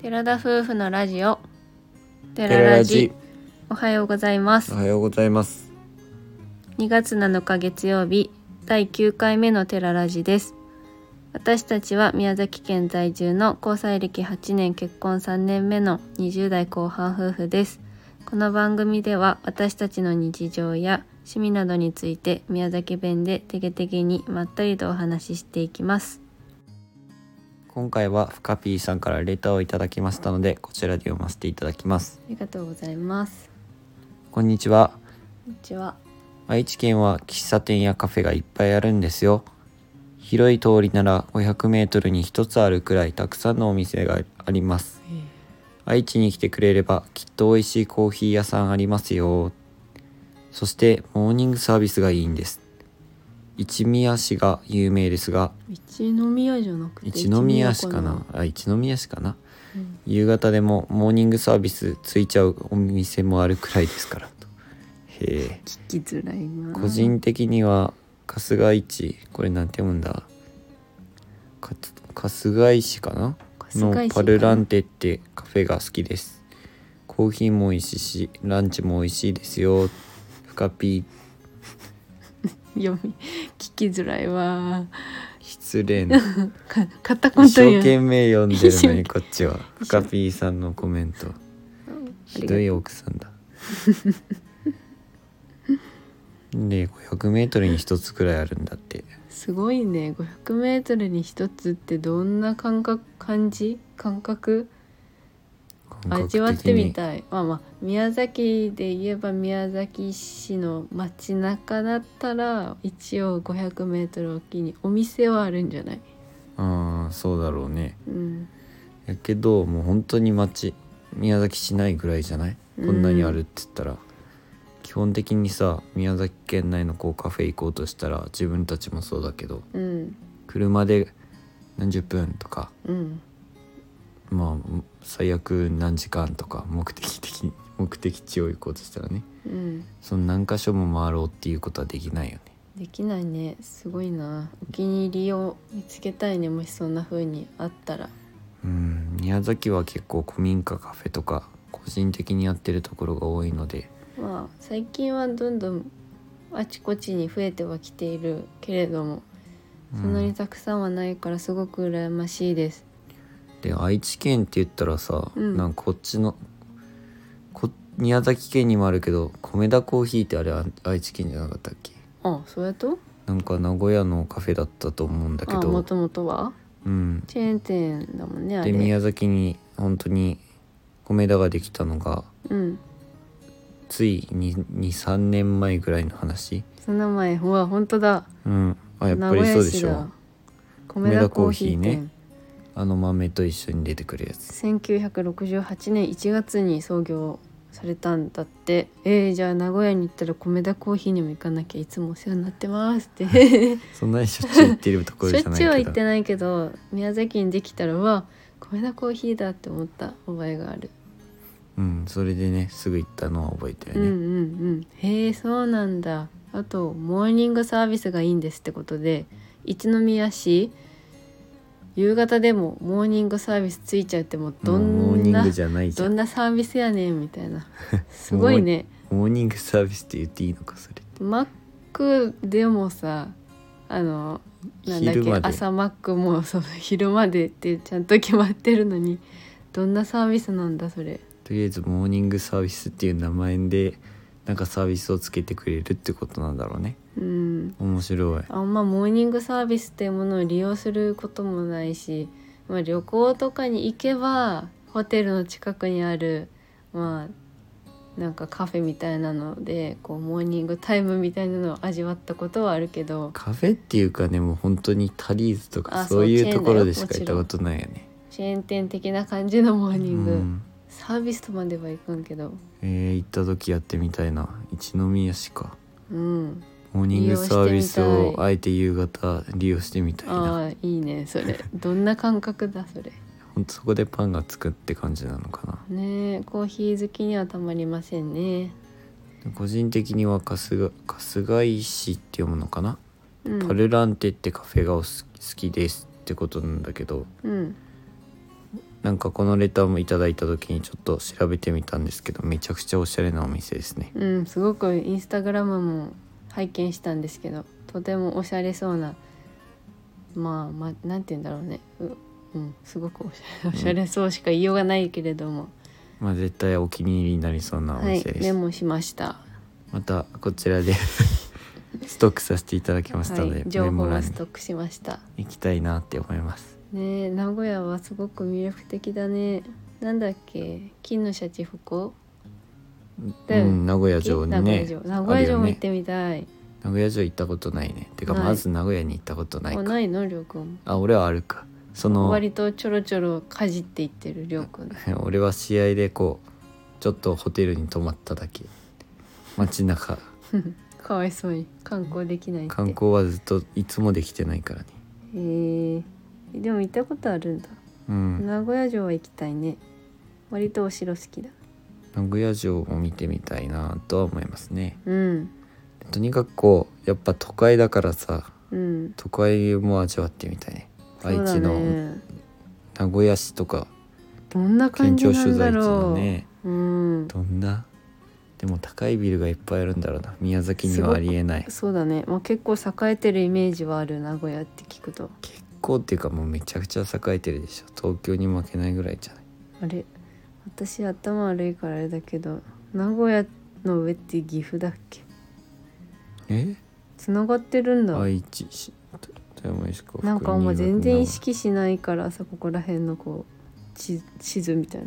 寺田夫婦のラジオテ寺ラジおはようございますおはようございます2月7日月曜日第9回目のテララジです私たちは宮崎県在住の交際歴8年結婚3年目の20代後半夫婦ですこの番組では私たちの日常や趣味などについて宮崎弁でてげてげにまったりとお話ししていきます今回はフカピーさんからレターをいただきましたのでこちらで読ませていただきますありがとうございますこんにちはこんにちは愛知県は喫茶店やカフェがいっぱいあるんですよ広い通りなら500メートルに一つあるくらいたくさんのお店があります愛知に来てくれればきっと美味しいコーヒー屋さんありますよそしてモーニングサービスがいいんです一宮市が有名ですが一宮じゃなくて一宮市かなあ一宮市かな夕方でもモーニングサービスついちゃうお店もあるくらいですからとへえ聞きづらいな個人的には春日井市これなんて読むんだか春日井市かなのパルランテってカフェが好きですコーヒーも美味しいしランチも美味しいですよフカピー読み聞きづらいわ失礼 なか片言一生や懸命読んでるのに一生懸命こっちはフカピーさんのコメントひどい奥さんだ。 で500メートルに一つくらいあるんだって。すごいね 500m に一つってどんな感覚感じ感覚感覚的味にわってみたいまあまあ宮崎で言えば宮崎市の街中だったら一応 500m おきにお店はあるんじゃないああそうだろうね。うんやけどもう本当に町宮崎市内ぐらいじゃないこんなにあるって言ったら、基本的にさ宮崎県内のこうカフェ行こうとしたら自分たちもそうだけどうん車で何十分とかうんまあ最悪何時間とか目的的に目的地を行こうとしたらねうんその何箇所も回ろうっていうことはできないよねできないねすごいなお気に入りを見つけたいねもしそんな風にあったらうん宮崎は結構古民家カフェとか個人的にやってるところが多いのでまあ最近はどんどんあちこちに増えてはきているけれどもそんなにたくさんはないからすごく羨ましいです。で愛知県って言ったらさ、うんなんかこっちのこ宮崎県にもあるけど米田コーヒーってあれあ愛知県じゃなかったっけあそうやとなんか名古屋のカフェだったと思うんだけあもどともとはうんチェーン店だもんねあでれ。宮崎に本当に米田ができたのがうんつい23年前ぐらいの話その前うわ本当だうんあやっ名ぱ古りそ屋うで市しょだ。米田コーヒー米田コーね。あの豆と一緒に出てくる やつ1968年1月に創業されたんだってえー、じゃあ名古屋に行ったら米田コーヒーにも行かなきゃいつもお世話になってますってそんなにしょっちゅう行ってるとこしろじょゃなっいちゅけうどは行ってないけど宮崎にできたらうわ米田コーヒーだって思った覚えがある、うんそれでねすぐ行ったのは覚えてうるんうんね、うんへえそうなんだあとモーニングサービスがいいんですってことで一宮市夕方でもモーニングサービスついちゃうってもうどもうモーニんンなグじゃないじゃどんんなサービスやねんみたい なすごいねモーニングサービスって言っていいのかそれマックでもさあのなんだっ昼けまで朝マックもそう昼までってちゃんと決まってるのにどんなサービスなんだそれとりあえずモーニングサービスっていう名前でなんかサービスをつけてくれるってことなんだろうねうん面白いあんまモーニングサービスっていうものを利用することもないし、まあ、旅行とかに行けばホテルの近くにあるまあなんかカフェみたいなのでこうモーニングタイムみたいなのを味わったことはあるけどカフェっていうかねもう本当にタリーズとかあそうそういチェーうンところでだしよか行ったことないよねチェーン店的な感じのモーうニング。んサービスとまではいかんけどえー、行った時やってみたいな一宮市かうんモーニングサービス利用してみをたいあえて夕方利用してみたいなああいいねそれ どんな感覚だそれほんとそこでパンがつくって感じなのかなねえコーヒー好きにはたまりませんね、個人的には春日春日井市って読むのかな、うん、パルランテってカフェがお好き好きですってことなんだけどうんなんかこのレターもいただいた時にちょっと調べてみたんですけどめちゃくちゃおしゃれなお店ですねうんすごくインスタグラムも拝見したんですけどとてもおしゃれそうなまあまあなんて言うんだろうねううんすごくおしゃれおしゃれそうしか言いようがないけれども、まあ絶対お気に入りになりそうなおはい店です、メモしましたまたこちらで ストックさせていただきましたのはで、い、メ情モ報欄はにストックしました行きたいなって思いますねえ名古屋はすごく魅力的だねなんだっけ金のシャチここだようねん名古屋名城古に屋ね城名古屋城も行ってみたい、名古屋城行ったことないねてかないまず名古屋に行ったことなあいかないのりょうくんあ俺はあるかその割とちょろちょろかじっていってるりょうくん 俺は試合でこうちょっとホテルに泊まっただけ街中かわいそうに観光できないって観光はずっといつもできてないからねえー、でも行ったことあるんだ、うん名古屋城は行きたいね割とお城好きだ名古屋城も見てみたいなとは思いますねうんとにかくこうやっぱ都会だからさうん都会も味わってみたいねそう愛だ知のね名古屋市とかどんな感県じ庁な所んだ在地ろのう、ねうんどんなでも高いビルがいっぱいあるんだろうな宮崎にはありえないそうだね、まあ、結構栄えてるイメージはある名古屋って聞くと結構っていうかもうめちゃくちゃ栄えてるでしょ東京に負けないぐらいじゃないあれ私頭悪いからあれだけど名古屋の上って岐阜だっけえつながってるんだ愛知市富山石川なんか福井もう新潟全然意識しないからさここら辺のこう地地図みたいな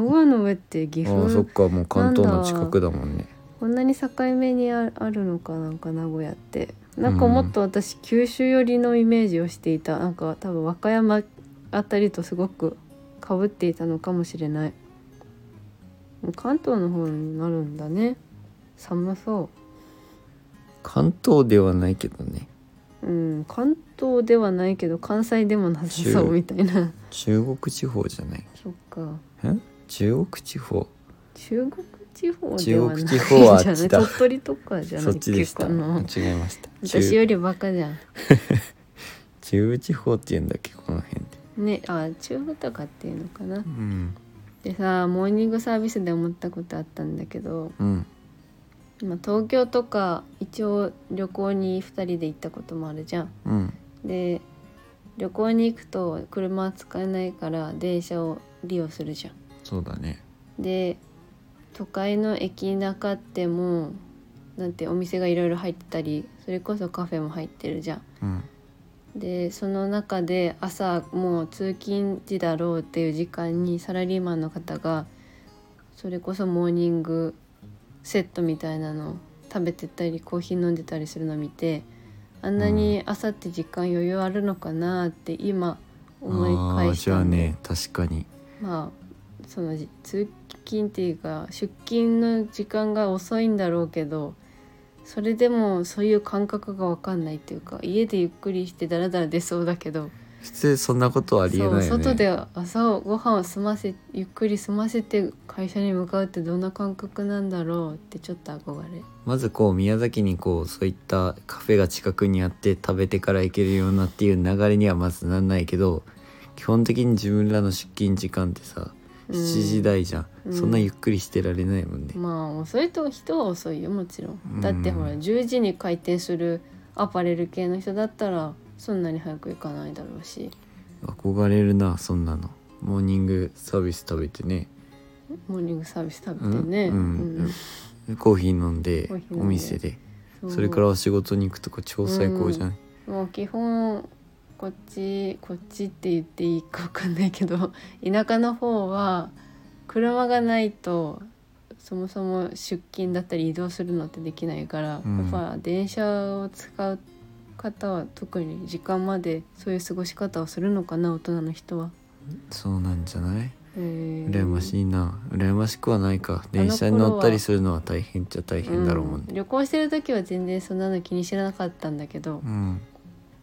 名古屋の上って岐ああそっ阜かもう関東の近くだもんねこんなに境目にああるのかなんか名古屋ってなんかもっと私九州寄りのイメージをしていたなんか多分和歌山あたりとすごくかぶっていたのかもしれない関東の方になるんだね寒そ関東ではないけどねううん関東ではないけど関西でもなさそう中みたいな中国地方じゃないそっかん中国地方中国地方ではない中国地方はあっじゃなちいだ 鳥取とかじゃなそいっちでした結構あ間の違えました私よ中りバカじゃん中部地方って言うんだっけこの辺でねあ中部とかっていうのかなうんでさモーニングサービスで思ったことあったんだけど、うんまあ、東京とか一応旅行に2人で行ったこともあるじゃんうんで旅行に行くと車は使えないから電車を利用するじゃんそうだねで都会の駅中ってもうなんてお店がいろいろ入ってたりそれこそカフェも入ってるじゃん。うんでその中で朝もう通勤時だろうっていう時間にサラリーマンの方がそれこそモーニングセットみたいなのを食べてたりコーヒー飲んでたりするの見てあんなに朝って時間余裕あるのかなって今思い返しあたーんじゃだあよね確かにまあそのじ通勤っていうか出勤の時間が遅いんだろうけどそれでもそういう感覚が分かんないっていうか家でゆっくりしてダラダラ出そうだけど、普通そんなことありえないそようね外で朝ご飯を済ませゆっくり済ませて会社に向かうってどんな感覚なんだろうってちょっと憧れまずこう宮崎にこうそういったカフェが近くにあって食べてから行けるようなっていう流れにはまずなんないけど基本的に自分らの出勤時間ってさうん7時台じゃん、うんそんなゆっくりしてられないもんね、まあ遅いと人は遅いよもちろうんんだってほら10時に開店するアパレル系の人だったらそんなに早く行かないだろうし憧れるなそんなのモーニングサービス食べてねモーニングサービス食べてね、うんうんコーヒー飲んでコーヒー飲んでお店でうそれからお仕事に行くとか超最高じゃない、もう基本こっちこっちって言っていいか分かんないけど 田舎の方は車がないとそもそも出勤だったり移動するのってできないから、うんやっぱ電車を使う方は特に時間までそういう過ごし方をするのかな大人の人は。そうなんじゃないえー羨ましいな羨ましくはないか電車に乗ったりするのは大変っちゃ大変だろうもんね、うん旅行してる時は全然そんなの気にしなかったんだけど、うん、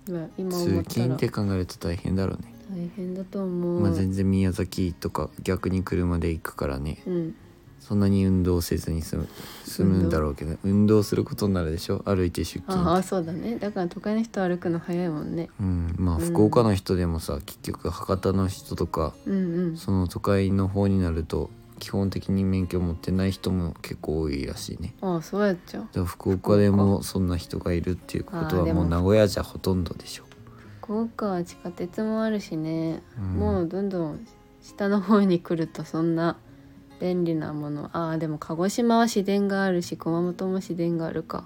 まあ今思通った勤らって考えると大変だろうね、大変だと思う、まあ全然宮崎とか逆に車で行くからねうんそんなに運動せずに済む済むんだろうけど運動することになるでしょ歩いて出あ勤あそうだねだから都会の人歩くの早いもんねうんまあうん福岡の人でもさ、結局博多の人とかうんうんその都会の方になると基本的に免許持ってない人も結構多いらしいねああそうやっちゃうだから福岡でもそんな人がいるっていうことあーはでももう名古屋じゃほとんどでしょ福岡は地下鉄もあるしね、うんもうどんどん下の方に来るとそんな便利なものああでも鹿児島は市電があるし熊本も市電があるか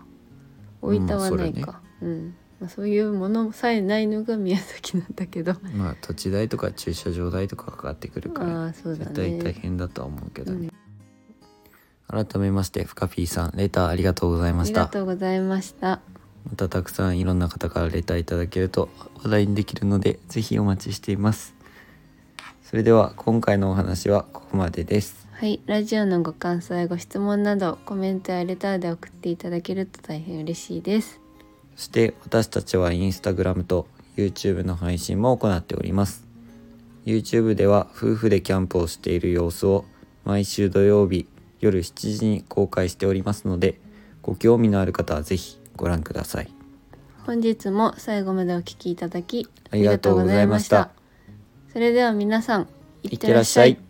大分はないか、うんまあ、そういうものさえないのが宮崎なんだけど、まあ土地代とか駐車場代とかかかってくるから、ああそうだ絶対大ね変だとは思うけどね、改めましてふかぴーさんレターありがとうございあまりしがたとうございましたまたたくさんいろんな方からレターいただけると話題にできるのでぜひお待ちしていますそれでは今回のお話はここまでですはいラジオのご感想やご質問などコメントやレターで送っていただけると大変嬉しいですそして私たちはインスタグラムと YouTube の配信も行っております YouTube では夫婦でキャンプをしている様子を毎週土曜日夜7時に公開しておりますのでご興味のある方はぜひご覧ください本日も最後までお聞きいただきありがとうございましたありがとうございましたそれでは皆さんいいってらっしゃい